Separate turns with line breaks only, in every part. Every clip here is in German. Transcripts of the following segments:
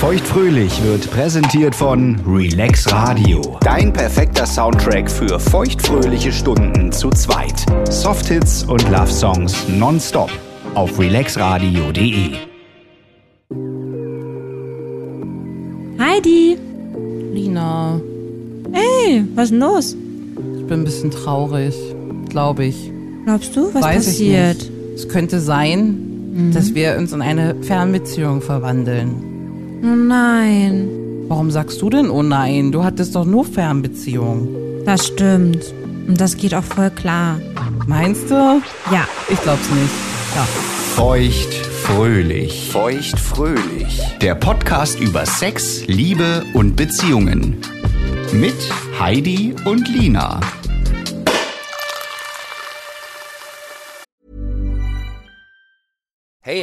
Feuchtfröhlich wird präsentiert von Relax Radio. Dein perfekter Soundtrack für feuchtfröhliche Stunden zu zweit. Softhits und Love Songs nonstop auf relaxradio.de.
Heidi!
Lina,
Hey, was ist denn los?
ich bin ein bisschen traurig, glaube ich.
Glaubst du, was
Weiß
passiert? Mhm.
ich nicht. Es könnte sein, dass wir uns in eine Fernbeziehung verwandeln.
Oh nein.
Warum sagst du denn, oh nein, du hattest doch nur Fernbeziehung.
Das stimmt. Und das geht auch voll klar.
Meinst du?
Ja.
Ich glaub's nicht. Ja.
Feuchtfröhlich. Feuchtfröhlich. Der Podcast über Sex, Liebe und Beziehungen. Mit Heidi und Lina.
Hey,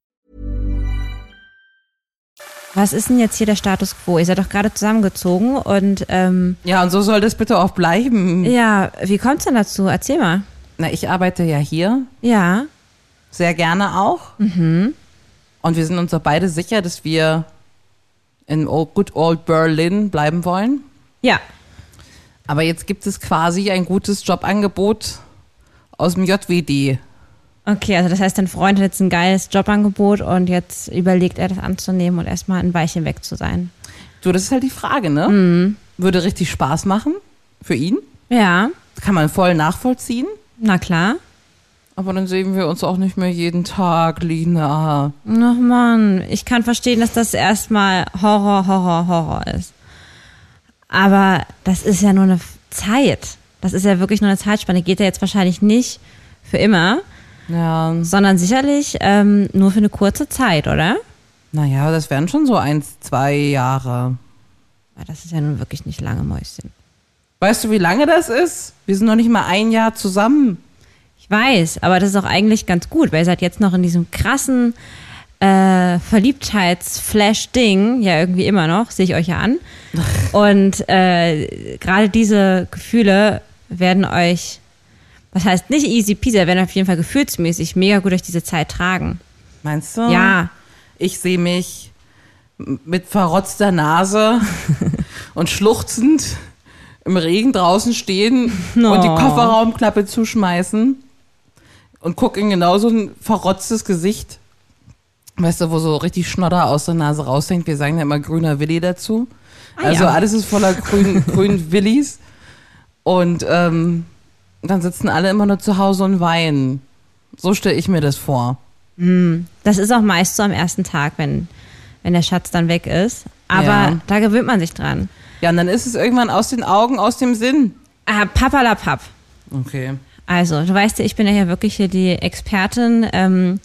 Was ist denn jetzt hier der Status quo? Ihr seid doch gerade zusammengezogen und ähm,
Ja, und so soll das bitte auch bleiben.
ja, wie kommt's denn dazu? Erzähl mal.
Na, ich arbeite ja hier,
Ja.
sehr gerne auch.
Mhm.
Und wir sind uns doch beide sicher, dass wir in old, good old Berlin bleiben wollen.
Ja.
Aber jetzt gibt es quasi ein gutes Jobangebot aus dem JWD.
Okay, also das heißt, dein Freund hat jetzt ein geiles Jobangebot und jetzt überlegt er das anzunehmen und erstmal ein Weilchen weg zu sein.
So, das ist halt die Frage, ne? Würde richtig Spaß machen für ihn.
Ja,
Kann man voll nachvollziehen.
na klar.
Aber dann sehen wir uns auch nicht mehr jeden Tag,
Ach
Lina.
Mann, ich kann verstehen, dass das erstmal Horror, Horror, Horror ist. Aber das ist ja nur eine Zeit. Das ist ja wirklich nur eine Zeitspanne. Geht ja jetzt wahrscheinlich nicht für immer,
Ja,
sondern sicherlich ähm, nur für eine kurze Zeit, oder?
naja, das wären schon so eins, zwei Jahre.
Weil Das ist ja nun wirklich nicht lange, Mäuschen.
Weißt du, wie lange das ist? Wir sind noch nicht mal ein Jahr zusammen.
Ich weiß, aber das ist auch eigentlich ganz gut, weil ihr seid jetzt noch in diesem krassen äh, Verliebtheits-Flash-Ding, ja irgendwie immer noch, sehe ich euch ja an. Und äh, gerade diese Gefühle werden euch, was heißt nicht easy peasy, aber werden auf jeden Fall gefühlsmäßig mega gut durch diese Zeit tragen.
Meinst du?
Ja,
Ich sehe mich mit verrotzter Nase und schluchzend im Regen draußen stehen und die
Oh.
Kofferraumklappe zuschmeißen und guck in genau so ein verrotztes Gesicht. Weißt du, wo so richtig Schnodder aus der Nase raushängt. Wir sagen ja immer grüner Willi dazu. also
ja.
alles ist voller grün, grünen Willis. Und ähm, dann sitzen alle immer nur zu Hause und weinen. So stelle ich mir das vor.
das ist auch meist so am ersten Tag, wenn, wenn der Schatz dann weg ist. Aber
Ja.
da gewöhnt man sich dran.
Ja, und dann ist es irgendwann aus den Augen, aus dem Sinn.
Ah, papalapap.
Okay.
Also, du weißt ja, ich bin ja hier wirklich hier die Expertin ähm,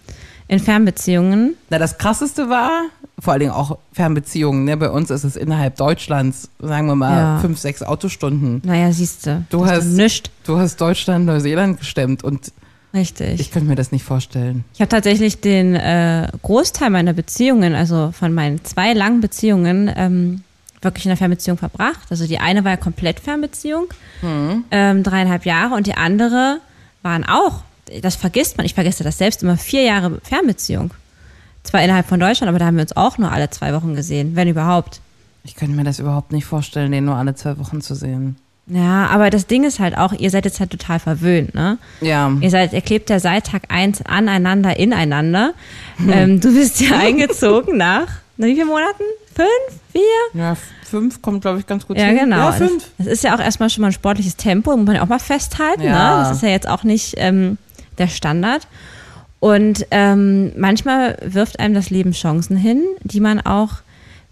in Fernbeziehungen.
Na, das krasseste war, vor allen Dingen auch Fernbeziehungen, ne? Bei uns ist es innerhalb Deutschlands, sagen wir mal,
Ja.
fünf, sechs Autostunden.
Naja, siehst du.
Du hast-
Nischt.
Du hast Deutschland, Neuseeland gestemmt und
Richtig.
ich
Ich,
könnte mir das nicht vorstellen.
habe tatsächlich den äh, Großteil meiner Beziehungen, also von meinen zwei langen Beziehungen, ähm, wirklich in der Fernbeziehung verbracht. Also die eine war ja komplett Fernbeziehung,
Mhm.
ähm, dreieinhalb Jahre, und die andere waren auch, das vergisst man, ich vergesse das selbst immer, vier Jahre Fernbeziehung. Zwar innerhalb von Deutschland, aber da haben wir uns auch nur alle zwei Wochen gesehen, wenn überhaupt.
Ich könnte mir das überhaupt nicht vorstellen, den nur alle zwei Wochen zu sehen.
Ja, aber das Ding ist halt auch, ihr seid jetzt halt total verwöhnt, ne?
Ja.
Ihr seid, ihr klebt ja seit Tag eins aneinander, ineinander. Ähm, du bist ja eingezogen nach, nach wie vielen Monaten? Fünf? Vier?
Ja, f- fünf kommt, glaube ich, ganz gut
Ja,
hin.
genau.
Ja, fünf.
Das, das ist ja auch erstmal schon mal ein sportliches Tempo, muss man ja auch mal festhalten.
Ja.
Ne? Das ist ja jetzt auch nicht ähm, der Standard. Und ähm, manchmal wirft einem das Leben Chancen hin, die man auch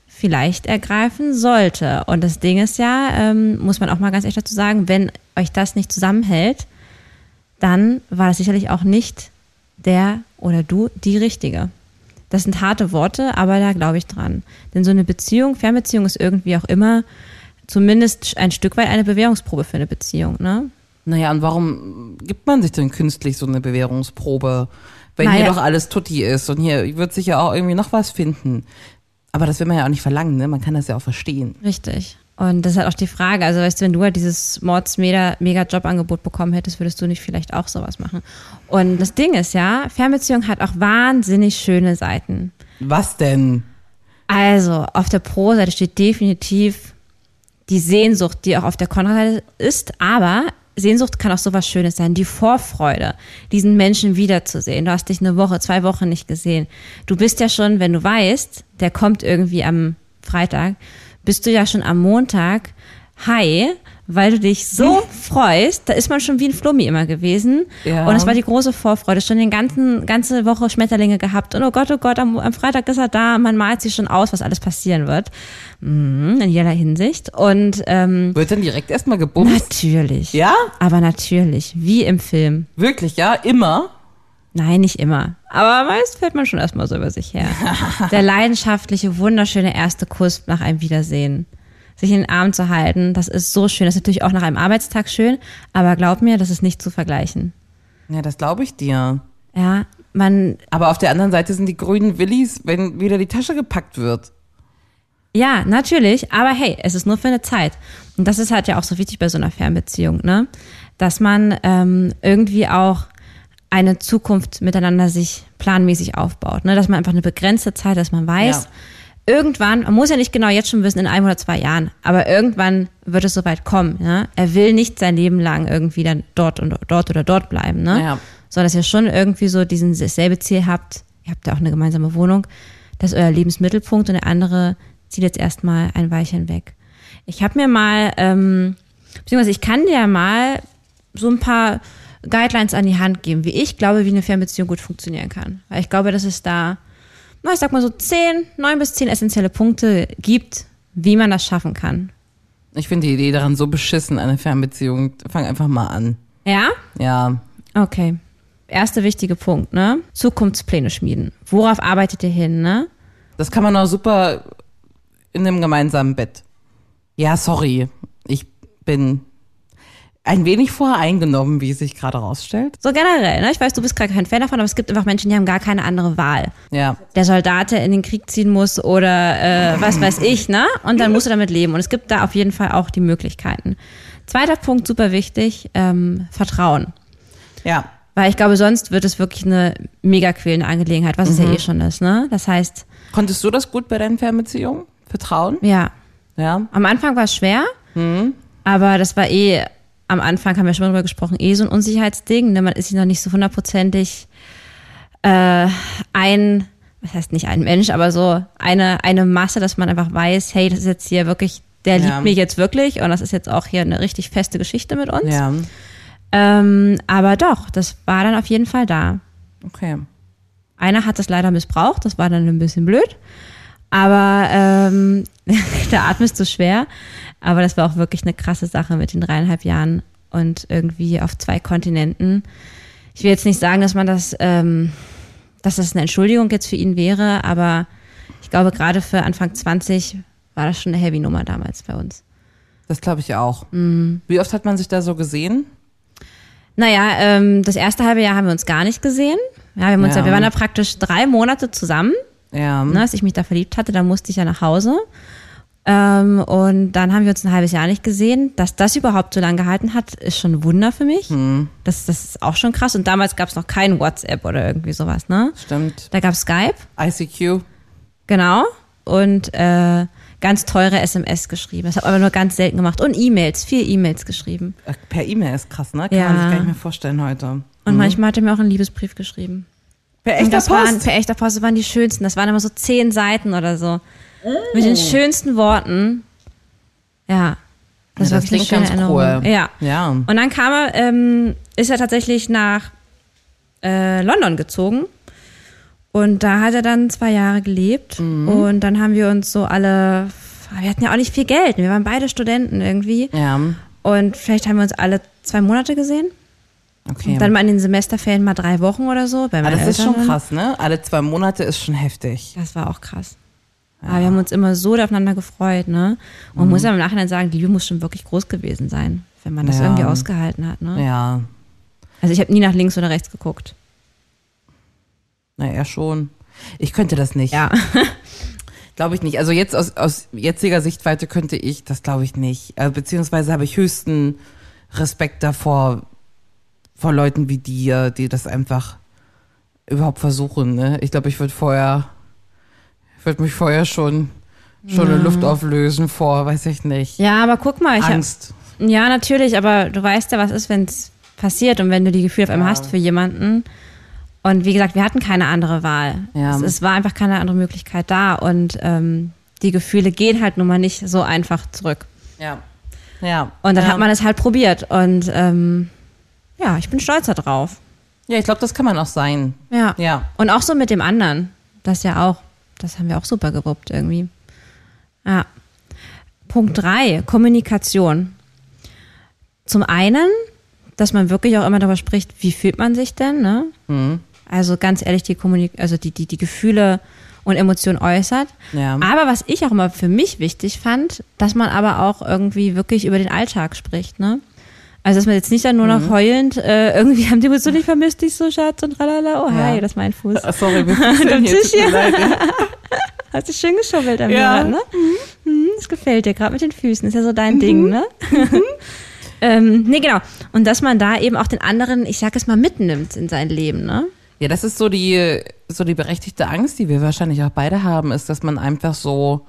vielleicht ergreifen sollte. Und das Ding ist ja, ähm, muss man auch mal ganz ehrlich dazu sagen, wenn euch das nicht zusammenhält, dann war das sicherlich auch nicht der oder du die Richtige. Das sind harte Worte, aber da glaube ich dran. Denn so eine Beziehung, Fernbeziehung ist irgendwie auch immer zumindest ein Stück weit eine Bewährungsprobe für eine Beziehung, ne?
Naja, und warum gibt man sich denn künstlich so eine Bewährungsprobe? Wenn
Naja.
hier doch alles tutti ist und hier wird sich ja auch irgendwie noch was finden. Aber das will man ja auch nicht verlangen, ne? Man kann das ja auch verstehen.
Richtig. Und das ist halt auch die Frage. Also, weißt du, wenn du halt dieses Mords-Mega-Jobangebot bekommen hättest, würdest du nicht vielleicht auch sowas machen. Und das Ding ist ja, Fernbeziehung hat auch wahnsinnig schöne Seiten.
Was denn?
Also, auf der Pro-Seite steht definitiv die Sehnsucht, die auch auf der Kontra-Seite ist, aber Sehnsucht kann auch sowas Schönes sein. Die Vorfreude, diesen Menschen wiederzusehen. Du hast dich eine Woche, zwei Wochen nicht gesehen. Du bist ja schon, wenn du weißt, der kommt irgendwie am Freitag, bist du ja schon am Montag hi, weil du dich so freust. Da ist man schon wie ein Flummi immer gewesen.
Ja.
Und es war die große Vorfreude, schon den ganzen, ganze Woche Schmetterlinge gehabt. Und oh Gott, oh Gott, am, am Freitag ist er da. Man malt sich schon aus, was alles passieren wird. Mhm, in jeder Hinsicht. Und ähm,
Wird dann direkt erstmal gebumst?
natürlich.
Ja?
Aber natürlich, wie im Film.
Wirklich, ja? Immer?
Nein, nicht immer. Aber meist fällt man schon erstmal so über sich her. Der leidenschaftliche, wunderschöne erste Kuss nach einem Wiedersehen. Sich in den Arm zu halten, das ist so schön. Das ist natürlich auch nach einem Arbeitstag schön, aber glaub mir, das ist nicht zu vergleichen.
Ja, das glaube ich dir.
Ja, man,
Aber auf der anderen Seite sind die grünen Willis, wenn wieder die Tasche gepackt wird.
ja, natürlich, aber hey, es ist nur für eine Zeit. Und das ist halt ja auch so wichtig bei so einer Fernbeziehung, ne? Dass man ähm, irgendwie auch eine Zukunft miteinander sich planmäßig aufbaut, ne? Dass man einfach eine begrenzte Zeit, dass man weiß,
Ja.
irgendwann, man muss ja nicht genau jetzt schon wissen, in einem oder zwei Jahren, aber irgendwann wird es soweit kommen. Ne? Er will nicht sein Leben lang irgendwie dann dort und dort oder dort bleiben, ne?
Ja.
Sondern dass ihr schon irgendwie so diesen dasselbe Ziel habt, ihr habt ja auch eine gemeinsame Wohnung, das ist euer Lebensmittelpunkt und der andere zieht jetzt erstmal ein Weilchen weg. Ich habe mir mal, ähm, beziehungsweise ich kann dir ja mal so ein paar Guidelines an die Hand geben, wie ich glaube, wie eine Fernbeziehung gut funktionieren kann. Weil ich glaube, dass es da na, ich sag mal so zehn, neun bis zehn essentielle Punkte gibt, wie man das schaffen kann.
Ich finde die Idee daran so beschissen, eine Fernbeziehung. Fang einfach mal an.
Ja?
Ja.
Okay. Erster wichtige Punkt, ne? Zukunftspläne schmieden. Worauf arbeitet ihr hin, ne?
Das kann man auch super in einem gemeinsamen Bett. Ja, sorry. Ich bin ein wenig voreingenommen, wie es sich gerade rausstellt.
So generell, ne? Ich weiß, du bist gar kein Fan davon, aber es gibt einfach Menschen, die haben gar keine andere Wahl.
Ja.
Der Soldat, der in den Krieg ziehen muss oder äh, was weiß ich, ne? Und dann musst du damit leben. Und es gibt da auf jeden Fall auch die Möglichkeiten. Zweiter Punkt, super wichtig, ähm, Vertrauen.
Ja.
Weil ich glaube, sonst wird es wirklich eine mega quälende Angelegenheit, was es ja eh schon ist, ne? Das heißt,
Konntest du das gut bei deinen Fernbeziehungen? Vertrauen?
ja,
Ja.
Am Anfang war es schwer,
Hm.
aber das war eh, am Anfang haben wir schon mal drüber gesprochen, eh so ein Unsicherheitsding. Ne? Man ist sich noch nicht so hundertprozentig äh, ein, was heißt nicht ein Mensch, aber so eine, eine Masse, dass man einfach weiß, hey, das ist jetzt hier wirklich, der
Ja.
liebt mich jetzt wirklich und das ist jetzt auch hier eine richtig feste Geschichte mit uns.
Ja.
Ähm, aber doch, das war dann auf jeden Fall da.
Okay.
Einer hat das leider missbraucht, das war dann ein bisschen blöd. Aber ähm, da atmest du schwer. Aber das war auch wirklich eine krasse Sache mit den dreieinhalb Jahren und irgendwie auf zwei Kontinenten. Ich will jetzt nicht sagen, dass man das, ähm, dass das eine Entschuldigung jetzt für ihn wäre, aber ich glaube, gerade für Anfang 20 war das schon eine heavy Nummer damals bei uns.
Das glaube ich auch. Wie oft hat man sich da so gesehen?
Naja, ähm, das erste halbe Jahr haben wir uns gar nicht gesehen. Ja, wir, haben uns
Ja.
ja. wir waren da praktisch drei Monate zusammen.
Ja.
ne, als ich mich da verliebt hatte, dann musste ich ja nach Hause. Ähm, und dann haben wir uns ein halbes Jahr nicht gesehen. Dass das überhaupt so lange gehalten hat, ist schon ein Wunder für mich. Das, das ist auch schon krass. Und damals gab es noch kein WhatsApp oder irgendwie sowas, ne?
Stimmt.
Da gab es Skype,
ICQ.
genau. Und äh, ganz teure SMS geschrieben. Das habe aber nur ganz selten gemacht. Und E-Mails, viel E-Mails geschrieben.
Äh, Per E-Mail ist krass, ne? Kann
Ja.
man sich gar nicht mehr vorstellen heute.
Und manchmal hat er mir auch einen Liebesbrief geschrieben.
Per
Und
echter
das waren,
Post.
per echter Post das waren die schönsten. Das waren immer so zehn Seiten oder so.
Oh.
Mit den schönsten Worten. Ja. Das
Ja,
war
das
wirklich
klingt
eine
ganz
schöne Erinnerung.
cool.
Ja.
Ja.
Und dann kam er, ähm, ist er tatsächlich nach äh, London gezogen. Und da hat er dann zwei Jahre gelebt.
Mhm.
Und dann haben wir uns so alle, wir hatten ja auch nicht viel Geld. Wir waren beide Studenten irgendwie.
Ja,
Und vielleicht haben wir uns alle zwei Monate gesehen.
okay.
Und dann mal in den Semesterferien mal drei Wochen oder so. Bei
ah,
meinen
das ist schon
Eltern.
krass, ne? Alle zwei Monate ist schon heftig.
Das war auch krass. Aber wir haben uns immer so aufeinander gefreut, ne? Und
Mhm.
man muss ja im Nachhinein sagen, die Liebe muss schon wirklich groß gewesen sein, wenn man das
Ja.
irgendwie ausgehalten hat, ne?
Ja,
Also ich habe nie nach links oder rechts geguckt.
naja, schon. Ich könnte das nicht.
Ja.
Glaube ich nicht. Also jetzt aus, aus jetziger Sichtweite könnte ich das, glaube ich, nicht. Also, beziehungsweise habe ich höchsten Respekt davor, vor Leuten wie dir, die das einfach überhaupt versuchen. Ne? Ich glaube, ich würde vorher, ich würde mich vorher schon, schon in Luft auflösen vor, weiß ich nicht.
Ja, aber guck mal, ich hab,
Angst.
ja natürlich, aber du weißt ja, was ist, wenn es passiert und wenn du die Gefühle auf einmal hast für jemanden. Und wie gesagt, wir hatten keine andere Wahl.
Ja.
Es, es war einfach keine andere Möglichkeit da und ähm, die Gefühle gehen halt nun mal nicht so einfach zurück.
Ja. Ja.
Und dann
ja.
hat man es halt probiert und ähm, ja, ich bin stolz darauf.
Ja, ich glaube, das kann man auch sein.
Ja.
Ja.
Und auch so mit dem anderen. Das ja auch. Das haben wir auch super gewuppt irgendwie. Ja. Punkt drei Kommunikation. Zum einen, dass man wirklich auch immer darüber spricht, wie fühlt man sich denn, ne?
Mhm.
Also ganz ehrlich, die Kommunik also die, die, die Gefühle und Emotionen äußert.
Ja.
Aber was ich auch immer für mich wichtig fand, dass man aber auch irgendwie wirklich über den Alltag spricht, ne? Also dass man jetzt nicht dann nur noch
Mhm.
heulend, äh, irgendwie haben die wohl so nicht vermisst dich so, Schatz und tralala, oh hi,
Ja.
das ist mein Fuß.
Ah, Sorry, wir sind
Unterm
hier,
Tisch,
tut
ja.
mir leid, ja.
Hast dich schön geschummelt am
Ja.
Rad, ne? Mhm. Das gefällt dir, gerade mit den Füßen, ist ja so dein Ding, ne? ähm, nee, genau. Und dass man da eben auch den anderen, ich sag es mal, mitnimmt in sein Leben, ne?
Ja, das ist so die, so die berechtigte Angst, die wir wahrscheinlich auch beide haben, ist, dass man einfach so,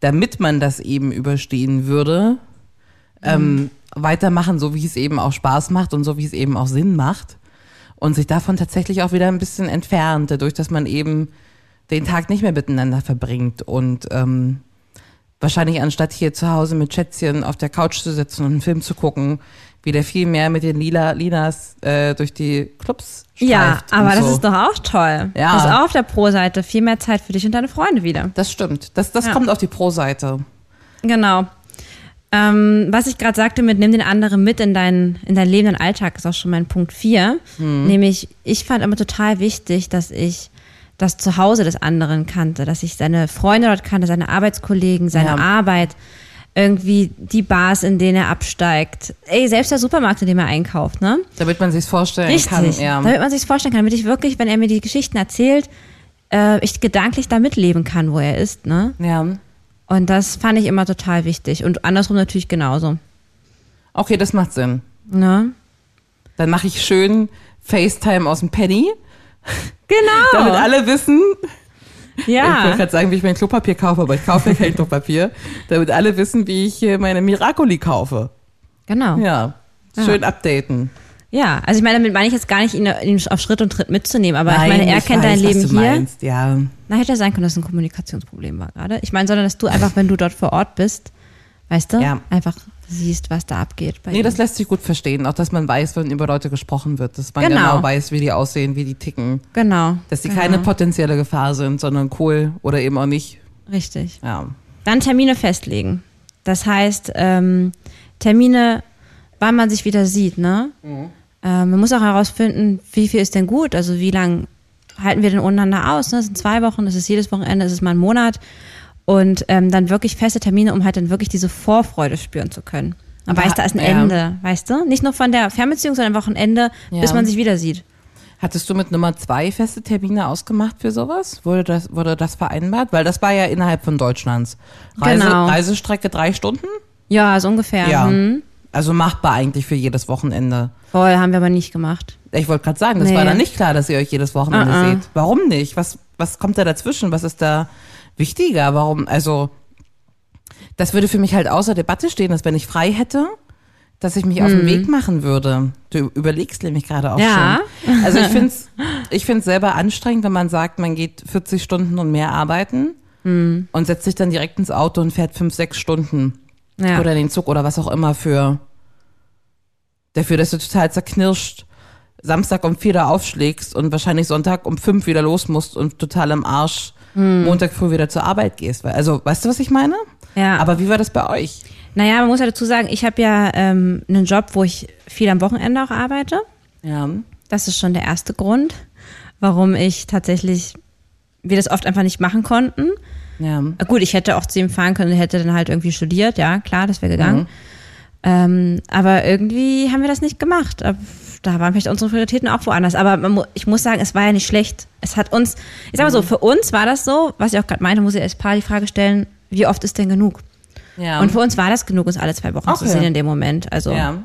damit man das eben überstehen würde,
Mhm.
ähm, weitermachen, so wie es eben auch Spaß macht und so wie es eben auch Sinn macht. Und sich davon tatsächlich auch wieder ein bisschen entfernt, dadurch, dass man eben den Tag nicht mehr miteinander verbringt und ähm, wahrscheinlich anstatt hier zu Hause mit Schätzchen auf der Couch zu sitzen und einen Film zu gucken, wieder viel mehr mit den Lila Linas äh, durch die Clubs streift.
Ja,
und
aber das
so.
ist doch auch toll.
Ja.
Das ist auch auf der Pro-Seite. Viel mehr Zeit für dich und deine Freunde wieder.
Das stimmt. Das, das kommt auf die Pro-Seite.
Genau. Ähm, was ich gerade sagte mit nimm den anderen mit in dein, in dein Leben, dein Alltag, ist auch schon mein Punkt 4.
Mhm.
Nämlich, ich fand immer total wichtig, dass ich das Zuhause des anderen kannte, dass ich seine Freunde dort kannte, seine Arbeitskollegen, seine
Ja.
Arbeit, irgendwie die Bars, in denen er absteigt. Ey, selbst der Supermarkt, in dem er einkauft, ne?
Damit man sich vorstellen
Richtig,
kann. Ja.
damit man sich vorstellen kann, damit ich wirklich, wenn er mir die Geschichten erzählt, äh, ich gedanklich da mitleben kann, wo er ist, ne?
ja.
Und das fand ich immer total wichtig. Und andersrum natürlich genauso.
Okay, das macht Sinn.
Ne?
Dann mache ich schön FaceTime aus dem Penny,
Genau.
damit alle wissen, ich wollte
ja.
gerade sagen, wie ich mein Klopapier kaufe, aber ich kaufe ja kein Klopapier, damit alle wissen, wie ich hier meine Miracoli kaufe.
Genau. Ja.
Ja, schön updaten.
Also ich meine, damit meine ich jetzt gar nicht, ihn, ihn auf Schritt und Tritt mitzunehmen, aber ich meine, er
ich
kennt
weiß,
dein
was
Leben
du
hier.
Meinst. Ja,
Na, hätte ja sein können, dass es ein Kommunikationsproblem war gerade. Ich meine, sondern dass du einfach, wenn du dort vor Ort bist, weißt du,
Ja.
einfach siehst, was da abgeht bei
nee,
ihm.
das lässt sich gut verstehen. Auch, dass man weiß, wenn über Leute gesprochen wird, dass man genau,
Genau.
weiß, wie die aussehen, wie die ticken,
genau.
dass die
genau.
keine potenzielle Gefahr sind, sondern cool oder eben auch nicht.
Richtig.
Ja.
Dann Termine festlegen. Das heißt, ähm, Termine, wann man sich wieder sieht, ne?
Mhm.
Ähm, man muss auch herausfinden, wie viel ist denn gut? Also wie lang halten wir denn untereinander aus? Ne? Sind zwei Wochen, ist es jedes Wochenende, ist es mal ein Monat? Und ähm, dann wirklich feste Termine, um halt dann wirklich diese Vorfreude spüren zu können. Man
Aber
weiß, da ist ein
ha- ja.
Ende, weißt du? Nicht nur von der Fernbeziehung, sondern einfach ein Ende,
Ja.
bis man sich wieder sieht.
Hattest du mit Nummer zwei feste Termine ausgemacht für sowas? Wurde das, wurde das vereinbart? Weil das war ja innerhalb von Deutschlands. Reise,
Genau.
Reisestrecke drei Stunden?
Ja, so ungefähr. Hm.
Also machbar eigentlich für jedes Wochenende.
Voll, haben wir aber nicht gemacht.
Ich wollte gerade sagen, das
Nee.
war dann nicht klar, dass ihr euch jedes Wochenende
Ah, ah.
seht. Warum nicht? Was, was kommt da dazwischen? Was ist da wichtiger? Warum? Also, das würde für mich halt außer Debatte stehen, dass wenn ich frei hätte, dass ich mich auf den Weg machen würde. Du überlegst nämlich gerade auch
Hm. Ja.
schon. Also ich finde es ich find's selber anstrengend, wenn man sagt, man geht 40 Stunden und mehr arbeiten
Hm.
und setzt sich dann direkt ins Auto und fährt fünf, sechs Stunden
Ja.
oder den Zug oder was auch immer für dafür, dass du total zerknirscht Samstag um vier da aufschlägst und wahrscheinlich Sonntag um fünf wieder los musst und total im Arsch Montag früh wieder zur Arbeit gehst. Weil- Also, weißt du, was ich meine?
ja.
Aber wie war das bei euch?
naja, man muss ja dazu sagen, ich habe ja ähm, einen Job, wo ich viel am Wochenende auch arbeite.
Ja.
Das ist schon der erste Grund, warum ich tatsächlich, wir das oft einfach nicht machen konnten.
Ja.
Äh, Gut, ich hätte auch zu ihm fahren können und hätte dann halt irgendwie studiert, ja, klar, das wäre gegangen. Ähm, aber irgendwie haben wir das nicht gemacht. Äh, Da waren vielleicht unsere Prioritäten auch woanders. Aber man, mu- ich muss sagen, es war ja nicht schlecht. Es hat uns, ich sag mal so, für uns war das so, was ich auch gerade meinte, muss ich als Paar die Frage stellen, wie oft ist denn genug?
ja.
Und für uns war das genug, uns alle zwei Wochen zu
Okay.
sehen in dem Moment. Also
ja.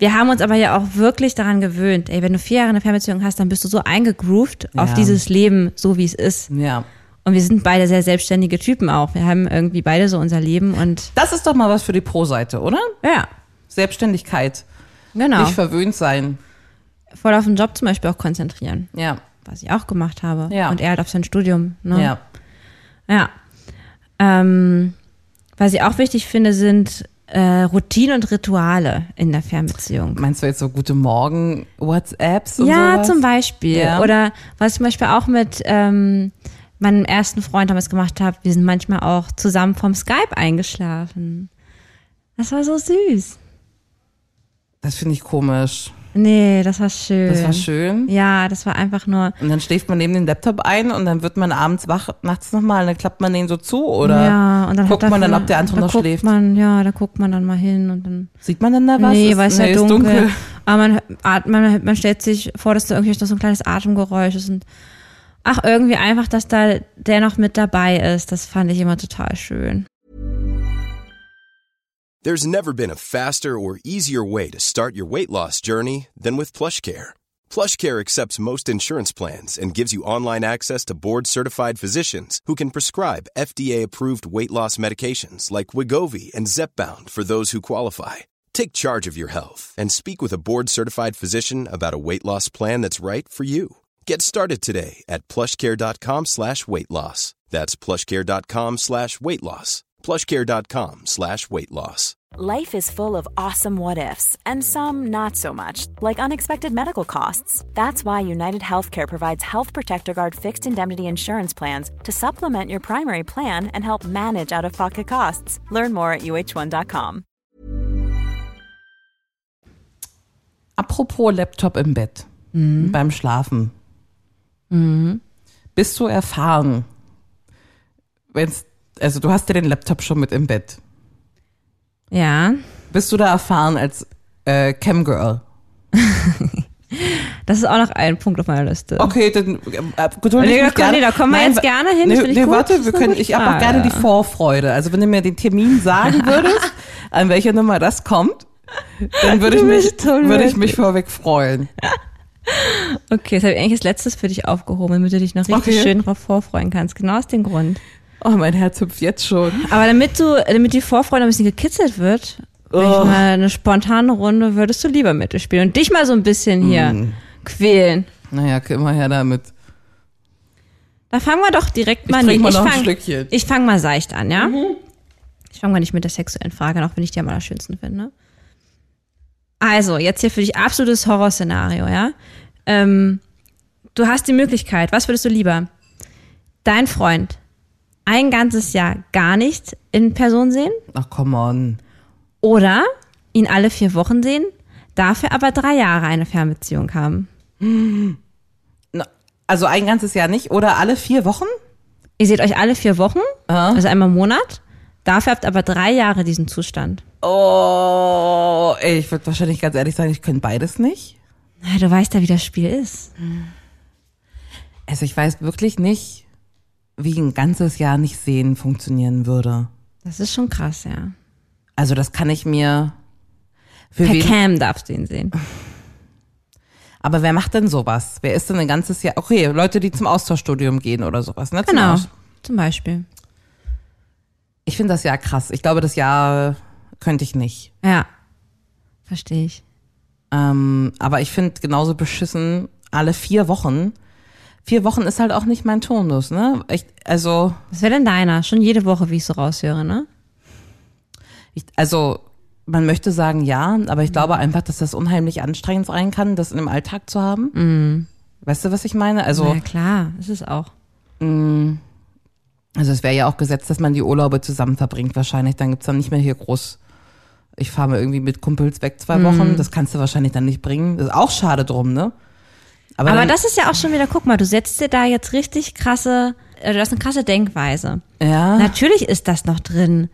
wir haben uns aber ja auch wirklich daran gewöhnt. Ey, wenn du vier Jahre eine Fernbeziehung hast, dann bist du so eingegroovt auf
Ja.
dieses Leben, so wie es ist.
Ja.
Und wir sind beide sehr selbstständige Typen auch. Wir haben irgendwie beide so unser Leben und
Das ist doch mal was für die Pro-Seite, oder?
ja,
Selbstständigkeit.
genau.
Nicht verwöhnt sein.
Voll auf den Job zum Beispiel auch konzentrieren,
Ja.
was ich auch gemacht habe.
Ja.
Und er halt auf sein Studium. Ne?
Ja.
Ja. Ähm, was ich auch wichtig finde, sind äh, Routinen und Rituale in der Fernbeziehung.
Meinst du jetzt so gute Morgen, WhatsApps und
ja,
sowas?
zum Beispiel.
Ja.
Oder was ich zum Beispiel auch mit ähm, meinem ersten Freund damals gemacht habe, wir sind manchmal auch zusammen vom Skype eingeschlafen. Das war so süß.
Das finde ich komisch.
Nee, das war schön.
Das war schön.
Ja, das war einfach nur.
Und dann schläft man neben den Laptop ein und dann wird man abends wach, nachts nochmal, dann klappt man den so zu oder
ja, und dann
guckt
hat
man dann,
dafür-
ob der andere
da
noch
guckt
schläft.
Man, ja, da guckt man dann mal hin und dann.
Sieht man dann da was?
nee,
Ist-
weil es
nee,
ja
ist
dunkel. Aber man, at- man, man stellt sich vor, dass da irgendwie noch so ein kleines Atemgeräusch ist und ach, irgendwie einfach, dass da der noch mit dabei ist. Das fand ich immer total schön.
There's never been a faster or easier way to start your weight loss journey than with PlushCare. PlushCare accepts most insurance plans and gives you online access to board-certified physicians who can prescribe FDA-approved weight loss medications like Wigovi and Zepbound for those who qualify. Take charge of your health and speak with a board-certified physician about a weight loss plan that's right for you. Get started today at plushcare.com slash weight loss. That's plushcare.com slash weight loss. plushcare.com slash weight loss.
Life is full of awesome what ifs, and some not so much, like unexpected medical costs. That's why United Healthcare provides Health Protector Guard fixed indemnity insurance plans to supplement your primary plan and help manage out of pocket costs. Learn more at uh1.com.
Apropos Laptop im Bett,
Mhm.
beim Schlafen. Bist du erfahren, wenn's, also du hast ja den Laptop schon mit im Bett.
Ja,
Bist du da erfahren als äh, Camgirl?
das ist auch noch ein Punkt auf meiner Liste.
Okay, dann äh, gedulde
Nee,
ich
da
mich
komm- nee, da kommen wir jetzt
wa-
gerne hin,
Nee,
finde ich
nee,
gut, das
warte,
ist
wir
eine
können,
gute
ich habe auch gerne die
Frage.
Vorfreude. Also wenn du mir den Termin sagen würdest, an welcher Nummer das kommt, dann würde ich
Du
mich,
bist so
würde ich
lustig.
mich vorweg freuen.
Okay, das habe ich eigentlich als letztes für dich aufgehoben, damit du dich noch richtig
Okay.
schön drauf vorfreuen kannst. Genau aus dem Grund.
Oh, mein Herz hüpft jetzt schon.
Aber damit du, damit die Vorfreude ein bisschen gekitzelt wird, will ich mal eine spontane Runde würdest du lieber mit dir spielen und dich mal so ein bisschen hier quälen.
Naja, komm mal her damit.
Da fangen wir doch direkt
Ich
mal
trink mal
ich
noch ein Mhm.
fang-
Schlückchen.
Ich fange mal seicht an, ja? Ich fange mal nicht mit der sexuellen Frage an, auch wenn ich die am allerschönsten finde. ne? Also, jetzt hier für dich absolutes Horrorszenario, ja? Ähm, du hast die Möglichkeit, was würdest du lieber? Dein Freund ein ganzes Jahr gar nicht in Person sehen
Ach, come on.
oder ihn alle vier Wochen sehen, dafür aber drei Jahre eine Fernbeziehung haben.
Na, Also ein ganzes Jahr nicht oder alle vier Wochen?
Ihr seht euch alle vier Wochen, also einmal im Monat, dafür habt aber drei Jahre diesen Zustand.
Oh, ey, ich würde wahrscheinlich ganz ehrlich sagen, ich könnte beides nicht.
Na, du weißt ja, wie das Spiel ist.
Also ich weiß wirklich nicht, wie ein ganzes Jahr nicht sehen funktionieren würde.
Das ist schon krass, ja.
Also das kann ich mir für
Per
wen,
Cam darfst du ihn sehen.
Aber wer macht denn sowas? Wer ist denn ein ganzes Jahr? Okay, Leute, die zum Austauschstudium gehen oder sowas, ne? Zum
Genau.
Aus-
Zum Beispiel.
Ich finde das Jahr krass. Ich glaube, das Jahr könnte ich nicht.
Ja. Verstehe ich.
Ähm, aber ich finde genauso beschissen alle vier Wochen. Vier Wochen ist halt auch nicht mein Tonus, ne? Ich, also,
Was wäre denn deiner? Schon jede Woche, wie ich so raushöre, ne?
ich, also man möchte sagen ja, aber ich glaube einfach, dass das unheimlich anstrengend sein kann, das in dem Alltag zu haben.
Mhm.
Weißt du, was ich meine? Also,
Ja, klar. Ist es auch.
also es wäre ja auch gesetzt, dass man die Urlaube zusammen verbringt wahrscheinlich. Dann gibt's dann nicht mehr hier groß. Ich fahre mal irgendwie mit Kumpels weg
Mhm.
zwei Wochen. Das kannst du wahrscheinlich dann nicht bringen. Das ist auch schade drum, ne?
Aber
dann-
das ist ja auch schon wieder, guck mal, du setzt dir da jetzt richtig krasse, äh, du hast eine krasse Denkweise.
ja.
Natürlich ist das noch drin.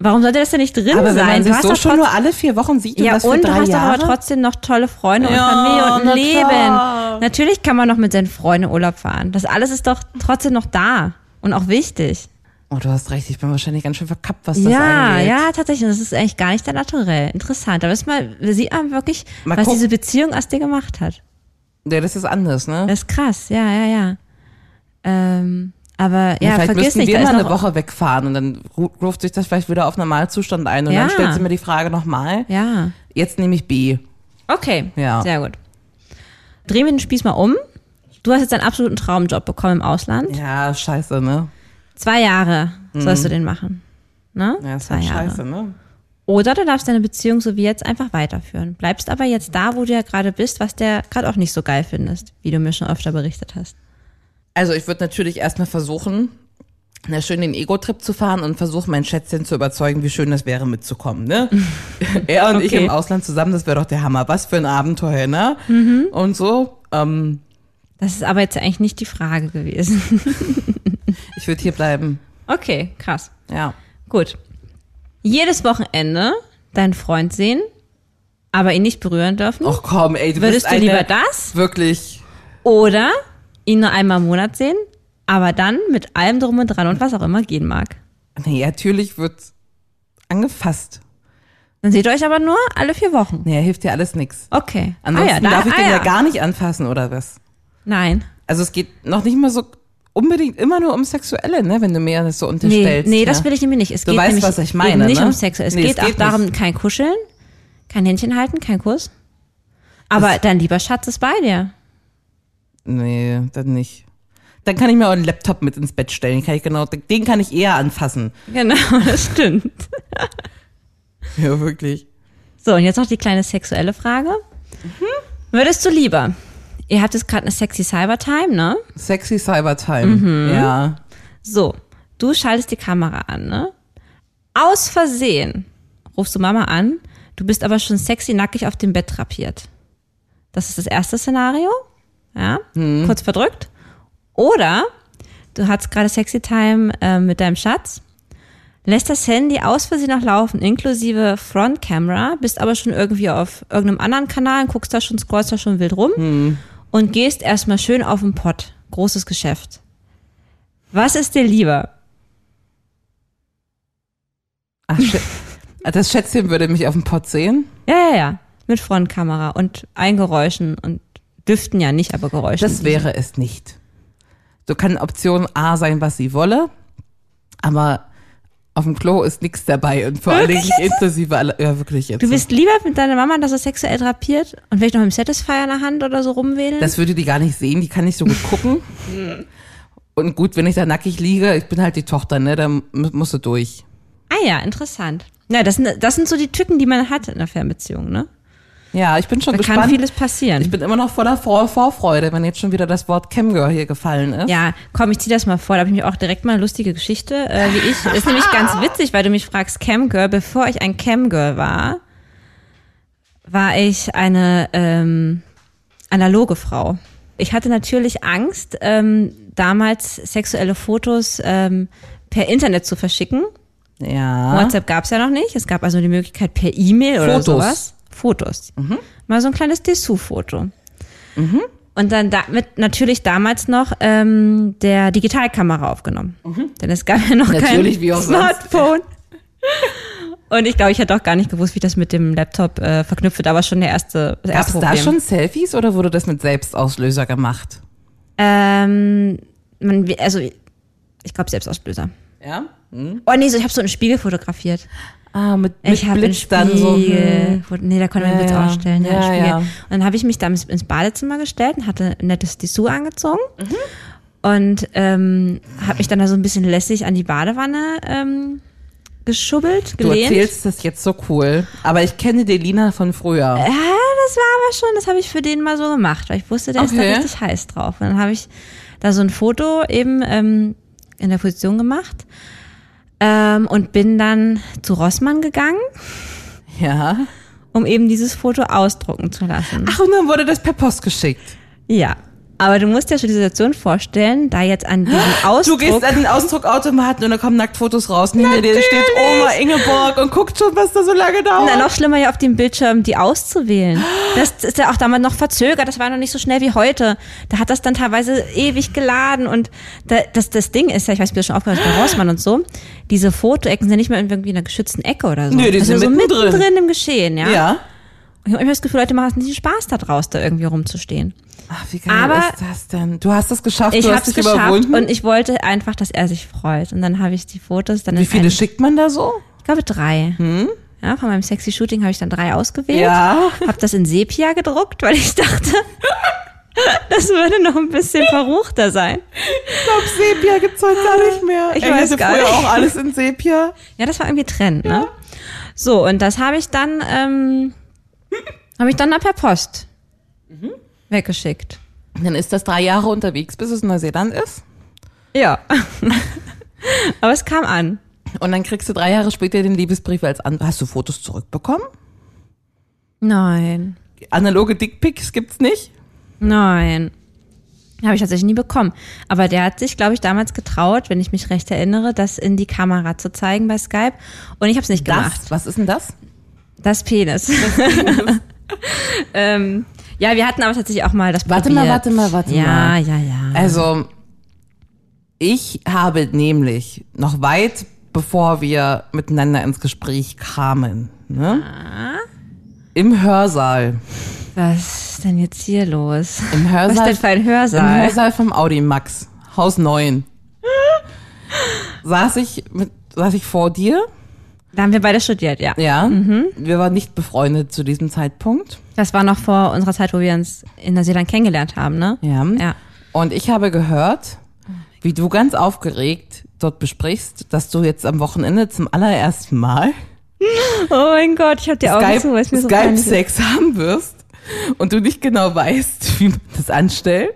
Warum sollte das denn nicht drin
aber wenn
sein?
man
Du
sich
hast
so
doch
schon
trotz-
nur alle vier Wochen sieht und
ja,
das für
und du
drei
hast
Jahre.
doch aber trotzdem noch tolle Freunde
Ja,
und Familie und ein
na
Leben.
klar.
Natürlich kann man noch mit seinen Freunden Urlaub fahren. Das alles ist doch trotzdem noch da und auch wichtig.
oh, du hast recht. Ich bin wahrscheinlich ganz schön verkappt, was das
ja,
angeht.
ja, tatsächlich. Das ist eigentlich gar nicht dein Naturell. Interessant. Aber ist mal, sieht man wirklich,
Mal
was
gucken.
diese Beziehung aus dir gemacht hat.
Ja, das ist anders, ne?
Das ist krass, ja, ja, ja. Ähm, aber ja,
Ja, vielleicht
vergiss
müssten
nicht,
wir
da ist
mal
noch,
eine Woche wegfahren und dann ru- ruft sich das vielleicht wieder auf Normalzustand ein und
Ja.
dann stellst du mir die Frage nochmal.
Ja.
Jetzt nehme ich B.
Okay,
Ja.
sehr gut. Drehen wir den Spieß mal um. Du hast jetzt einen absoluten Traumjob bekommen im Ausland.
Ja, scheiße, ne?
Zwei Jahre sollst du den machen. Ne?
Mhm. Ja, ist
Zwei
halt
Jahre.
scheiße, ne?
Oder du darfst deine Beziehung so wie jetzt einfach weiterführen. Bleibst aber jetzt da, wo du ja gerade bist, was der gerade auch nicht so geil findest, wie du mir schon öfter berichtet hast.
Also ich würde natürlich erstmal versuchen, na schön den Ego-Trip zu fahren und versuchen, mein Schätzchen zu überzeugen, wie schön das wäre, mitzukommen, ne? er und ich
Okay.
im Ausland zusammen, das wäre doch der Hammer. Was für ein Abenteuer, ne? Und so. Ähm,
Das ist aber jetzt eigentlich nicht die Frage gewesen.
ich würde hier bleiben.
Okay, krass.
Ja.
Gut. Jedes Wochenende deinen Freund sehen, aber ihn nicht berühren dürfen.
Och komm, ey, du
Würdest
bist
du
eine,
lieber das?
Wirklich.
Oder ihn nur einmal im Monat sehen, aber dann mit allem drum und dran und was auch immer gehen mag.
Nee, natürlich wird angefasst.
Dann seht ihr euch aber nur alle vier Wochen.
Nee, hilft dir alles nix.
Okay.
Ansonsten
da-
darf ich den
ah
ja.
ja.
gar nicht anfassen oder was?
Nein.
Also es geht noch nicht mal so unbedingt immer nur um Sexuelle, ne? Wenn du mir das so
Nee,
unterstellst.
nee
ja.
das will ich nämlich nicht. Es
Du
geht
weißt,
nämlich
was ich meine,
eben nicht
ne?
um Sex. Es
Nee,
geht
es
auch
geht
darum,
nicht.
kein Kuscheln, kein Händchen halten, kein Kuss. Aber dein lieber Schatz ist bei dir.
Nee, dann nicht. Dann kann ich mir auch einen Laptop mit ins Bett stellen. Kann ich genau, den kann ich eher anfassen.
Genau, das stimmt.
Ja, wirklich.
So, und jetzt noch die kleine sexuelle Frage.
Mhm.
Würdest du lieber, ihr habt jetzt gerade eine sexy Cybertime, ne?
Sexy Cybertime. Ja.
So, du schaltest die Kamera an, ne? Aus Versehen rufst du Mama an, du bist aber schon sexy nackig auf dem Bett drapiert. Das ist das erste Szenario, ja, kurz verdrückt. Oder du hattest gerade Sexy Time äh, mit deinem Schatz, lässt das Handy aus Versehen noch laufen, inklusive Front Camera, bist aber schon irgendwie auf irgendeinem anderen Kanal und guckst da schon, scrollst da schon wild rum und gehst erstmal schön auf den Pott. Großes Geschäft. Was ist dir lieber?
Ach, Schä- das Schätzchen würde mich auf dem Pott sehen.
Ja, ja, ja. Mit Frontkamera und Eingeräuschen und Düften ja nicht, aber Geräuschen.
Das wäre es nicht. So kann Option A sein, was sie wolle, aber auf dem Klo ist nichts dabei und vor allen Dingen nicht inklusive aller, ja wirklich jetzt.
du bist lieber mit deiner Mama, dass er sexuell drapiert und vielleicht noch mit dem Satisfier in der Hand oder so rumwedeln?
das würde die gar nicht sehen, die kann nicht so gut gucken. und gut, wenn ich da nackig liege, ich bin halt die Tochter, ne, da mu- musst du durch.
ah ja, interessant. Na, das sind, das sind so die Tücken, die man hat in einer Fernbeziehung, ne?
Ja, ich bin schon
Da
gespannt.
kann vieles passieren.
Also ich bin immer noch voller Vor Vorfreude, wenn jetzt schon wieder das Wort Camgirl hier gefallen ist.
ja, komm, ich zieh das mal vor. Da habe ich mir auch direkt mal eine lustige Geschichte, äh, wie ich. Ist nämlich ganz witzig, weil du mich fragst, Camgirl. Bevor ich ein Camgirl war, war ich eine ähm, analoge Frau. Ich hatte natürlich Angst, ähm, damals sexuelle Fotos ähm, per Internet zu verschicken.
Ja.
WhatsApp gab's ja noch nicht. Es gab also die Möglichkeit per E-Mail oder
Fotos. Mhm.
sowas. Fotos. Mal so ein kleines Dessous-Foto. Und dann damit natürlich damals noch ähm, der Digitalkamera aufgenommen. Denn es gab ja noch
Mhm. Natürlich,
kein
wie auch sonst.
Smartphone. Und ich glaube, ich hätte auch gar nicht gewusst, wie ich das mit dem Laptop äh, verknüpft wird, aber schon der erste, das
Gab
erste
es da
Problem.
schon Selfies oder wurde das mit Selbstauslöser gemacht?
Ähm, man, also ich glaube Selbstauslöser.
Ja. Mhm.
Oh nee, so, ich habe so einen Spiegel fotografiert.
Ah, mit, mit
Ich habe einen
Blitz
Spiegel.
dann so. hm.
wo- Nee, da konnte man ja,
Ja,
Blitz
ja.
ausstellen. Ja,
Ja,
Spiegel.
ja.
Und dann habe ich mich da ins- ins Badezimmer gestellt und hatte ein nettes Dessous angezogen.
Mhm.
Und ähm, habe mich dann da so ein bisschen lässig an die Badewanne ähm, geschubbelt,
Du
gelehnt.
erzählst das jetzt so cool. Aber ich kenne Delina von früher.
Ja, das war aber schon, das habe ich für den mal so gemacht, weil ich wusste, der ist da
Okay.
richtig heiß drauf. Und dann habe ich da so ein Foto eben ähm, in der Position gemacht ähm, und bin dann zu Rossmann gegangen, Äh.
Ja.
um eben dieses Foto ausdrucken zu lassen.
Ach, und dann wurde das per Post geschickt.
Ja. Aber du musst dir schon die Situation vorstellen, da jetzt an diesem
Du
Ausdruck...
gehst an den Ausdruckautomaten und da kommen Nacktfotos raus. Neben dir steht Oma Ingeborg und guckt schon, was da so lange dauert.
Na, noch schlimmer ja auf dem Bildschirm, die auszuwählen. Das ist ja auch damals noch verzögert, das war noch nicht so schnell wie heute. Da hat das dann teilweise ewig geladen und da, das, das Ding ist ja, ich weiß, ich bin schon aufgehört bei Rossmann und so, diese Fotoecken sind nicht mehr irgendwie in einer geschützten Ecke oder so.
Nö, die
das
sind
so
mittendrin.
mittendrin im Geschehen, ja.
ja.
Ich habe immer das Gefühl, Leute machen es nicht viel Spaß da draus, da irgendwie rumzustehen.
Ach, wie geil
Aber-
ist das denn? Du hast es geschafft,
Ich
du
habe
hast
es
dich
geschafft
überwunden.
und ich wollte einfach, dass er sich freut. Und dann habe ich die Fotos dann
wie
in
viele
einen-
schickt man da so?
Ich glaube drei. Ja, von meinem sexy Shooting habe ich dann drei ausgewählt.
Ja.
Habe das in Sepia gedruckt, weil ich dachte, das würde noch ein bisschen verruchter sein.
Ich glaube, Sepia gibt's heute gar nicht mehr.
Ich
Ey,
weiß
hatte
gar
früher
nicht.
auch alles in Sepia.
Ja, das war irgendwie Trend, ne? So, und das habe ich dann, ähm, habe ich dann per Post Mhm. weggeschickt.
Dann ist das drei Jahre unterwegs, bis es in Neuseeland ist.
Ja. Aber es kam an.
Und dann kriegst du drei Jahre später den Liebesbrief als an. Hast du Fotos zurückbekommen?
Nein.
Analoge Dickpics gibt's nicht.
Nein. Habe ich tatsächlich nie bekommen. Aber der hat sich, glaube ich, damals getraut, wenn ich mich recht erinnere, das in die Kamera zu zeigen bei Skype. Und ich habe es nicht gemacht.
Was ist denn das?
Das Penis. ähm, ja, wir hatten aber tatsächlich auch mal das
Warte
probiert.
mal, warte mal, warte
ja,
mal.
Ja, ja, ja.
Also, ich habe nämlich noch weit bevor wir miteinander ins Gespräch kamen, ne? im Hörsaal,
Was ist denn jetzt hier los?
im
Was ist
Hörsaal,
denn für ein
im
Hörsaal?
Hörsaal vom Audimax, Haus 9, saß ich mit, saß ich vor dir,
Da haben wir beide studiert, ja.
ja,
Mhm.
wir waren nicht befreundet zu diesem Zeitpunkt,
Das war noch vor unserer Zeit, wo wir uns in Neuseeland kennengelernt haben, ne?
ja,
Ja.
und ich habe gehört, wie du ganz aufgeregt dort besprichst, dass du jetzt am Wochenende zum allerersten Mal
Oh mein Gott, ich habe die Augen zu, weil es mir so peinlich ist.
Skype-Sex haben wirst und du nicht genau weißt, wie man das anstellt.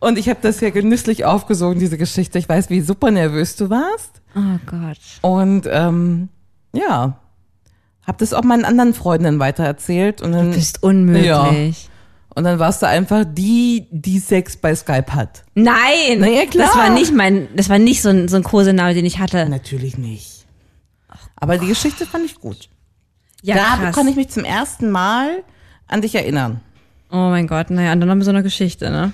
Und ich habe das ja genüsslich aufgesogen, diese Geschichte. Ich weiß, wie super nervös du warst.
Oh Gott.
Und ähm, ja, habe das auch meinen anderen Freundinnen weitererzählt. Und dann,
Du bist unmöglich.
und dann warst du einfach die, die Sex bei Skype hat.
Nein!
Na ja, klar.
Das war nicht mein, das war nicht so ein, so ein Kosename, den ich hatte.
Natürlich nicht. Aber die Geschichte fand ich gut.
Ja,
da
krass.
kann ich mich zum ersten Mal an dich erinnern.
Oh mein Gott, naja, und dann noch mit so einer Geschichte, ne?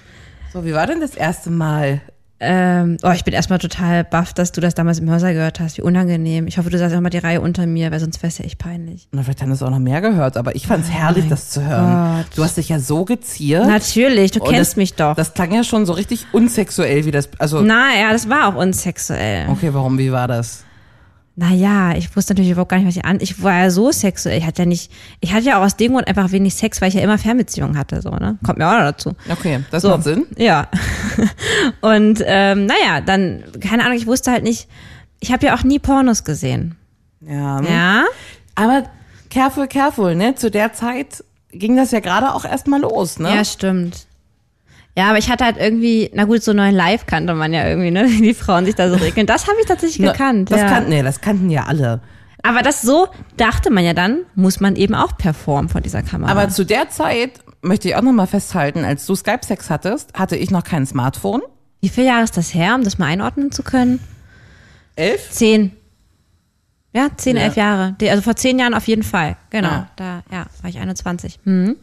So, wie war denn das erste Mal?
Ähm, oh, ich bin erstmal total baff, dass du das damals im Hörsaal gehört hast. Wie unangenehm. Ich hoffe, du saßt immer die Reihe unter mir, weil sonst wär's ja echt peinlich.
Na, vielleicht haben das auch noch mehr gehört, aber ich
Oh
fand's herrlich, das zu hören. Du hast dich ja so geziert.
Natürlich, du
Und
kennst
Oh, das,
mich doch.
Das klang ja schon so richtig unsexuell, wie das. Also,
naja, das war auch unsexuell.
okay, warum, wie war das?
Naja, ich wusste natürlich überhaupt gar nicht, was ich an. Ich war ja so sexuell. Ich hatte ja nicht, ich hatte ja auch aus dem Grund einfach wenig Sex, weil ich ja immer Fernbeziehungen hatte, so, ne? Kommt mir auch noch dazu.
Okay, das macht Sinn.
Ja. Und ähm, naja, dann, keine Ahnung, ich wusste halt nicht, ich habe ja auch nie Pornos gesehen.
Ja.
Ja?
Aber careful, careful, ne? Zu der Zeit ging das ja gerade auch erstmal los, ne?
Ja, stimmt. Ja, aber ich hatte halt irgendwie, na gut, so neuen Live kannte man ja irgendwie, ne? Wie die Frauen sich da so regeln. Das habe ich tatsächlich
Na,
gekannt.
Ne, Das
ja.
kannten, nee, das kannten ja alle.
Aber das so dachte man ja dann, muss man eben auch performen vor dieser Kamera.
Aber zu der Zeit möchte ich auch nochmal festhalten, als du Skype-Sex hattest, hatte ich noch kein Smartphone.
Wie viele Jahre ist das her, um das mal einordnen zu können?
Elf?
Zehn. Ja, zehn, elf Jahre. Die- Also vor zehn Jahren auf jeden Fall. Genau.
Ja.
Da ja, war ich 21. Hm.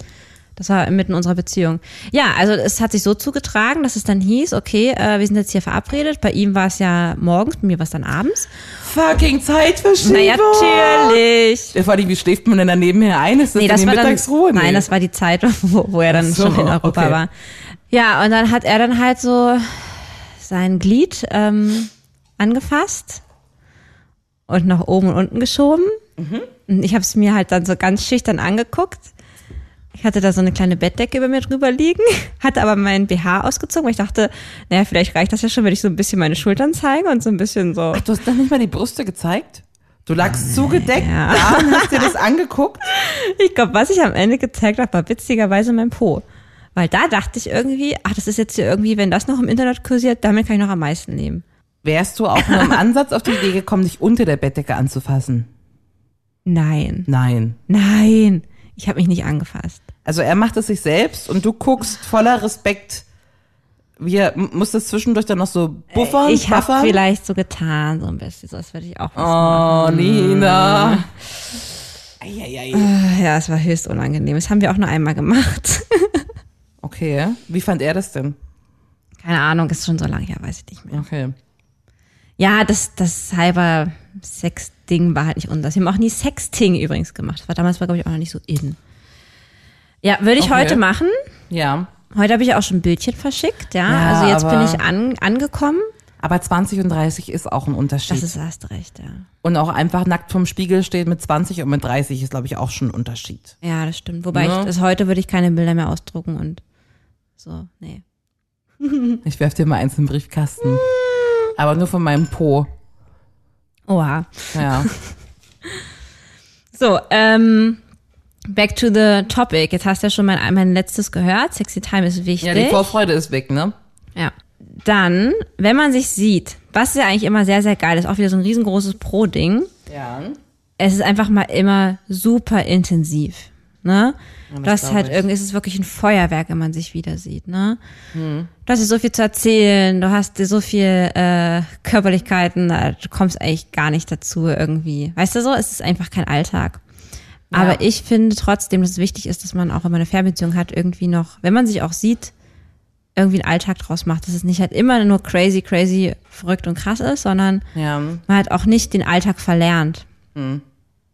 Das war mitten unserer Beziehung. Ja, also es hat sich so zugetragen, dass es dann hieß, okay, äh, wir sind jetzt hier verabredet. Bei ihm war es ja morgens, bei mir war es dann abends.
Fucking Zeitverschiebung.
Naja, natürlich.
Ja, Vor allem, wie schläft man denn dann nebenher ein? Ist das in die Mittagsruhe?
Dann, nein, das war die Zeit, wo, wo er dann
Ach so,
schon in Europa
okay.
war. Ja, und dann hat er dann halt so sein Glied ähm, angefasst und nach oben und unten geschoben.
Mhm.
Und ich habe es mir halt dann so ganz schüchtern angeguckt. Ich hatte da so eine kleine Bettdecke über mir drüber liegen, hatte aber meinen BH ausgezogen, weil ich dachte, naja, vielleicht reicht das ja schon, wenn ich so ein bisschen meine Schultern zeige und so ein bisschen so.
Ach, du hast doch nicht mal die Brüste gezeigt? Du lagst zugedeckt da und hast dir das angeguckt?
Ich glaube, was ich am Ende gezeigt habe, war witzigerweise mein Po. Weil da dachte ich irgendwie, ach, das ist jetzt hier irgendwie, wenn das noch im Internet kursiert, damit kann ich noch am meisten nehmen.
Wärst du auch nur im Ansatz auf die Idee gekommen, dich unter der Bettdecke anzufassen?
Nein,
Nein.
nein, ich habe mich nicht angefasst.
Also er macht es sich selbst und du guckst voller Respekt. Wir muss das zwischendurch dann noch so buffern,
ich habe
buffern?
vielleicht so getan, so ein bisschen, so, das würde ich auch was
Oh, Nina.
machen. Ah, Ja, es war höchst unangenehm. Das haben wir auch nur einmal gemacht.
Okay, wie fand er das denn?
Keine Ahnung, ist schon so lange her, weiß ich nicht mehr.
Okay.
Ja, das, das Cyber-Sex-Ding war halt nicht unseres. Wir haben auch nie Sex-Ting übrigens gemacht. Das war damals, glaube ich, auch noch nicht so in. Ja, würde ich
Okay.
heute machen.
Ja,
Heute habe ich auch schon Bildchen verschickt, ja.
Ja,
also jetzt bin
aber-
ich an, angekommen.
aber 20 und 30 ist auch ein
Das
Unterschied.
ist erst recht, ja.
und auch einfach nackt vom Spiegel stehen mit 20 und mit 30 ist, glaube ich, auch schon ein Unterschied.
Ja, das stimmt. Wobei
Ja.
ich das heute würde ich keine Bilder mehr ausdrucken und so, nee.
Ich werf dir mal eins in den Briefkasten. Aber nur von meinem Po.
Oha.
Ja.
So, ähm, back to the topic. Jetzt hast du ja schon mein, mein letztes gehört. Sexy Time ist wichtig.
ja, die Vorfreude ist weg, ne?
Ja. Dann, wenn man sich sieht, was ja eigentlich immer sehr, sehr geil ist, auch wieder so ein riesengroßes Pro-Ding.
Ja.
es ist einfach mal immer super intensiv. Ne? das
das glaub
halt
ich.
irgendwie, es ist wirklich ein Feuerwerk, wenn man sich wieder sieht. Ne?
Hm.
Du hast dir so viel zu erzählen, du hast dir so viel äh, Körperlichkeiten, äh, du kommst eigentlich gar nicht dazu irgendwie. Weißt du so, es ist einfach kein Alltag. Aber ich finde trotzdem, dass es wichtig ist, dass man auch, wenn man eine Fernbeziehung hat, irgendwie noch, wenn man sich auch sieht, irgendwie einen Alltag draus macht. Dass es nicht halt immer nur crazy, crazy, verrückt und krass ist, sondern
Ja.
man hat auch nicht den Alltag verlernt.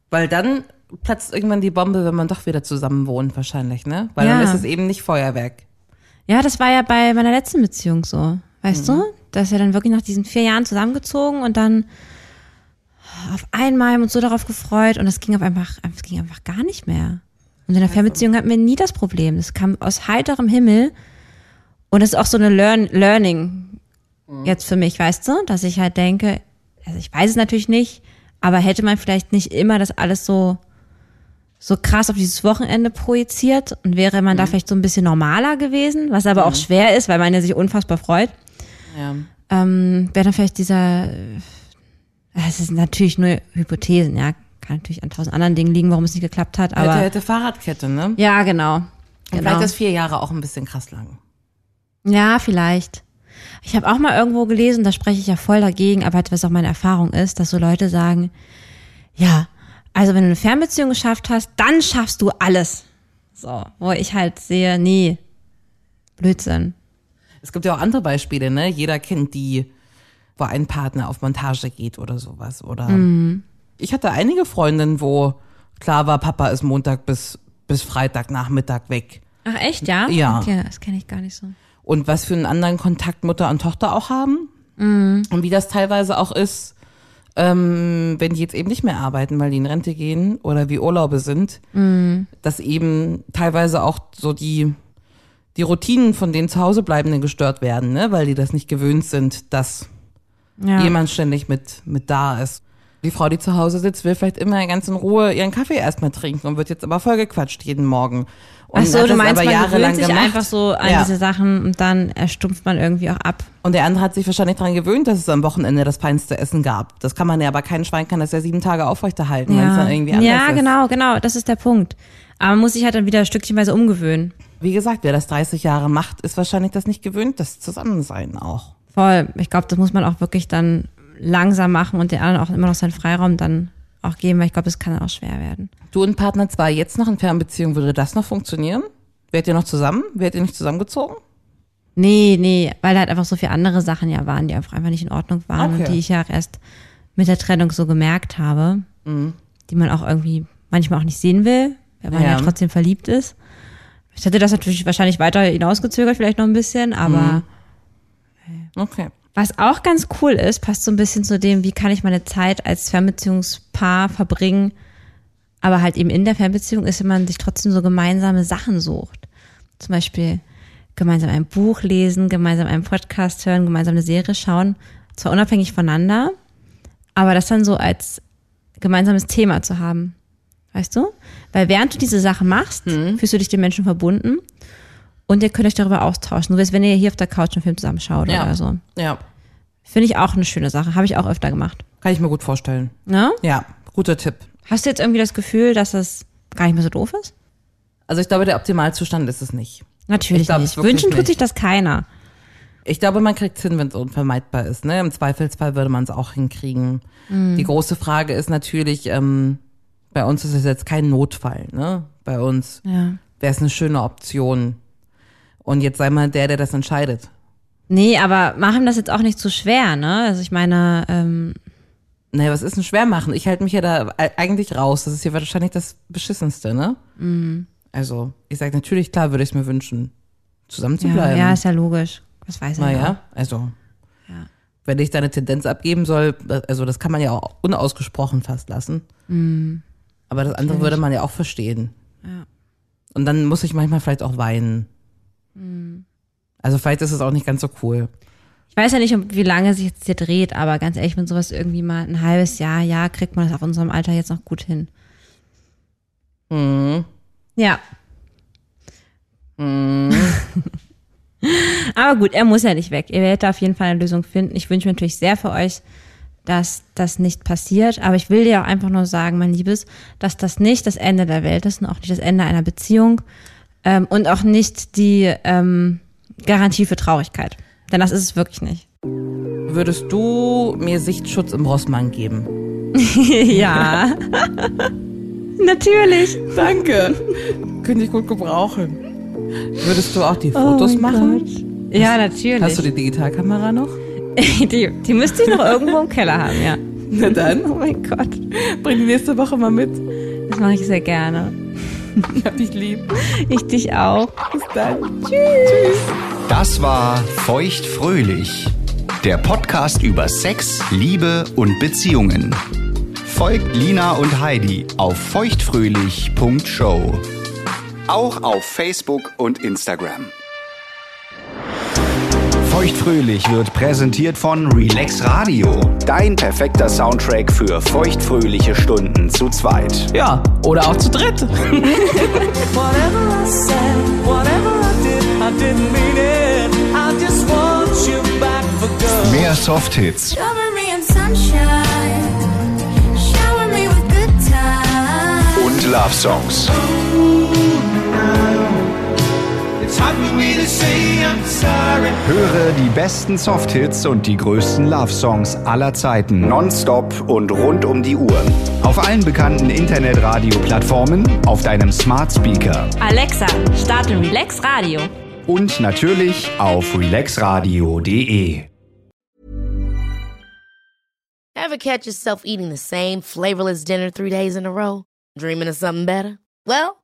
Weil dann platzt irgendwann die Bombe, wenn man doch wieder zusammen wohnt, wahrscheinlich, ne? Weil dann
Ja.
ist es eben nicht Feuerwerk.
Ja, das war ja bei meiner letzten Beziehung so. Weißt du? Da ist er dann wirklich nach diesen vier Jahren zusammengezogen und dann auf einmal haben wir uns so darauf gefreut und das ging auf einfach, es ging einfach gar nicht mehr. Und in der Fernbeziehung hatten wir nie das Problem. Das kam aus heiterem Himmel und das ist auch so eine Learn Learning jetzt für mich, weißt du? Dass ich halt denke, also ich weiß es natürlich nicht, aber hätte man vielleicht nicht immer das alles so so krass auf dieses Wochenende projiziert und wäre man
Mhm.
da vielleicht so ein bisschen normaler gewesen, was aber auch schwer ist, weil man ja sich unfassbar freut,
Ja.
ähm, wäre dann vielleicht dieser, äh, es ist natürlich nur Hypothesen, ja, kann natürlich an tausend anderen Dingen liegen, warum es nicht geklappt hat,
Aber
aber
hätte, hätte Fahrradkette, ne? Und
ja, genau. genau.
Vielleicht ist vier Jahre auch ein bisschen krass lang.
Ja, vielleicht. Ich habe auch mal irgendwo gelesen, da spreche ich ja voll dagegen, aber halt, was auch meine Erfahrung ist, dass so Leute sagen, ja, also wenn du eine Fernbeziehung geschafft hast, dann schaffst du alles. So, wo ich halt sehe, nee, Blödsinn.
Es gibt ja auch andere Beispiele, ne? Jeder kennt die, wo ein Partner auf Montage geht oder sowas. Oder ich hatte einige Freundinnen, wo klar war, Papa ist Montag bis, bis Freitagnachmittag weg.
Ach echt, ja?
Ja.
Okay, das kenne ich gar nicht so.
und was für einen anderen Kontakt Mutter und Tochter auch haben und wie das teilweise auch ist, ähm, wenn die jetzt eben nicht mehr arbeiten, weil die in Rente gehen oder wie Urlaube sind, dass eben teilweise auch so die die Routinen von den zu Hause bleibenden gestört werden, ne? weil die das nicht gewöhnt sind, dass
Ja.
jemand ständig mit mit da ist. Die Frau, die zu Hause sitzt, will vielleicht immer ganz in Ruhe ihren Kaffee erstmal trinken und wird jetzt aber vollgequatscht jeden Morgen. Und
Ach so,
hat
du
das
meinst,
aber
man
jahrelang
gewöhnt sich
gemacht.
einfach so an
Ja.
diese Sachen und dann erstumpft man irgendwie auch ab.
Und der andere hat sich wahrscheinlich daran gewöhnt, dass es am Wochenende das feinste Essen gab. Das kann man ja, aber kein Schwein kann das ja sieben Tage aufrechterhalten, wenn es dann irgendwie anders
ja
ist.
genau, genau, das ist der Punkt. Aber man muss sich halt dann wieder stückchenweise umgewöhnen.
Wie gesagt, wer das 30 Jahre macht, ist wahrscheinlich das nicht gewöhnt, das Zusammensein auch.
Voll. Ich glaube, das muss man auch wirklich dann langsam machen und den anderen auch immer noch seinen Freiraum dann auch geben, weil ich glaube, es kann auch schwer werden.
Du und Partner 2 jetzt noch in Fernbeziehung, würde das noch funktionieren? Wärt ihr noch zusammen? Wärt ihr nicht zusammengezogen?
Nee, nee, weil halt einfach so viele andere Sachen ja waren, die einfach einfach nicht in Ordnung waren
Okay.
und die ich ja auch erst mit der Trennung so gemerkt habe, die man auch irgendwie manchmal auch nicht sehen will, weil man ja,
Ja.
trotzdem verliebt ist. Ich hätte das natürlich wahrscheinlich weiter hinausgezögert, vielleicht noch ein bisschen, aber
Okay.
was auch ganz cool ist, passt so ein bisschen zu dem, wie kann ich meine Zeit als Fernbeziehungspaar verbringen, aber halt eben in der Fernbeziehung ist, wenn man sich trotzdem so gemeinsame Sachen sucht. Zum Beispiel gemeinsam ein Buch lesen, gemeinsam einen Podcast hören, gemeinsam eine Serie schauen, zwar unabhängig voneinander, aber das dann so als gemeinsames Thema zu haben. Weißt du? Weil während du diese Sache machst, fühlst du dich den Menschen verbunden und ihr könnt euch darüber austauschen. So wie es, wenn ihr hier auf der Couch einen Film zusammen schaut
Ja.
oder so.
Ja.
Finde ich auch eine schöne Sache. Habe ich auch öfter gemacht.
Kann ich mir gut vorstellen.
Ne?
Ja, guter Tipp.
Hast du jetzt irgendwie das Gefühl, dass das gar nicht mehr so doof ist?
Also ich glaube, der Optimalzustand ist es nicht.
Natürlich
Ich glaub,
nicht.
es wirklich
Wünschen tut
nicht.
sich das keiner.
Ich glaube, man kriegt es hin, wenn es unvermeidbar ist. Ne? Im Zweifelsfall würde man es auch hinkriegen.
Mhm.
Die große Frage ist natürlich, ähm, bei uns ist es jetzt kein Notfall. Ne? Bei uns
Ja.
wäre es eine schöne Option. Und jetzt sei mal der, der das entscheidet.
Nee, aber machen das jetzt auch nicht zu schwer, ne? Also ich meine, ähm,
Naja, was ist denn schwer machen? Ich halte mich ja da e- eigentlich raus. Das ist hier wahrscheinlich das Beschissenste, ne?
Mhm.
Also, ich sage natürlich, klar würde ich es mir wünschen, zusammen zu
ja,
bleiben.
ja, ist ja logisch. Das weiß ich ja.
Naja, also. Wenn ich da eine Tendenz abgeben soll, also das kann man ja auch unausgesprochen fast lassen. Aber das andere würde man ja auch verstehen. Und dann muss ich manchmal vielleicht auch weinen. Also vielleicht ist es auch nicht ganz so cool.
Ich weiß ja nicht, um wie lange sich jetzt hier dreht, aber ganz ehrlich, wenn sowas irgendwie mal ein halbes Jahr, ja, kriegt man das auf unserem Alter jetzt noch gut hin. Ja. aber gut, er muss ja nicht weg. Ihr werdet da auf jeden Fall eine Lösung finden. Ich wünsche mir natürlich sehr für euch, dass das nicht passiert. Aber ich will dir auch einfach nur sagen, mein Liebes, dass das nicht das Ende der Welt ist und auch nicht das Ende einer Beziehung ähm, und auch nicht die ähm, Garantie für Traurigkeit. Denn das ist es wirklich nicht.
Würdest du mir Sichtschutz im Rossmann geben?
Ja. Natürlich.
Danke. Könnte ich gut gebrauchen. Würdest du auch die Fotos machen?
Ja, natürlich.
Hast du die Digitalkamera noch?
die? die? müsste ich noch irgendwo im Keller haben, ja.
Na dann,
Oh mein Gott.
bring die nächste Woche mal mit.
Das mache ich sehr gerne.
Ich hab dich lieb.
Ich dich auch.
Bis dann.
Das war Feuchtfröhlich, der Podcast über Sex, Liebe und Beziehungen. Folgt Lina und Heidi auf feuchtfröhlich.show. Auch auf Facebook und Instagram. Feuchtfröhlich wird präsentiert von Relax Radio. Dein perfekter Soundtrack für feuchtfröhliche Stunden zu zweit.
Ja, oder auch zu dritt.
Whatever I said, whatever I did, I didn't mean it. I just want you back for good.
Mehr Softhits
Cover me in sunshine. Shower me with good times.
und Love Songs.
It's hard for me to say I'm sorry.
Höre die besten Softhits und die größten Love-Songs aller Zeiten. Nonstop und rund um die Uhr. Auf allen bekannten Internetradio-Plattformen, auf deinem Smart Speaker
Alexa, starte Relax Radio.
und natürlich auf relaxradio.de.
Ever catch yourself eating the same flavorless dinner three days in a row? Dreaming of something better? Well,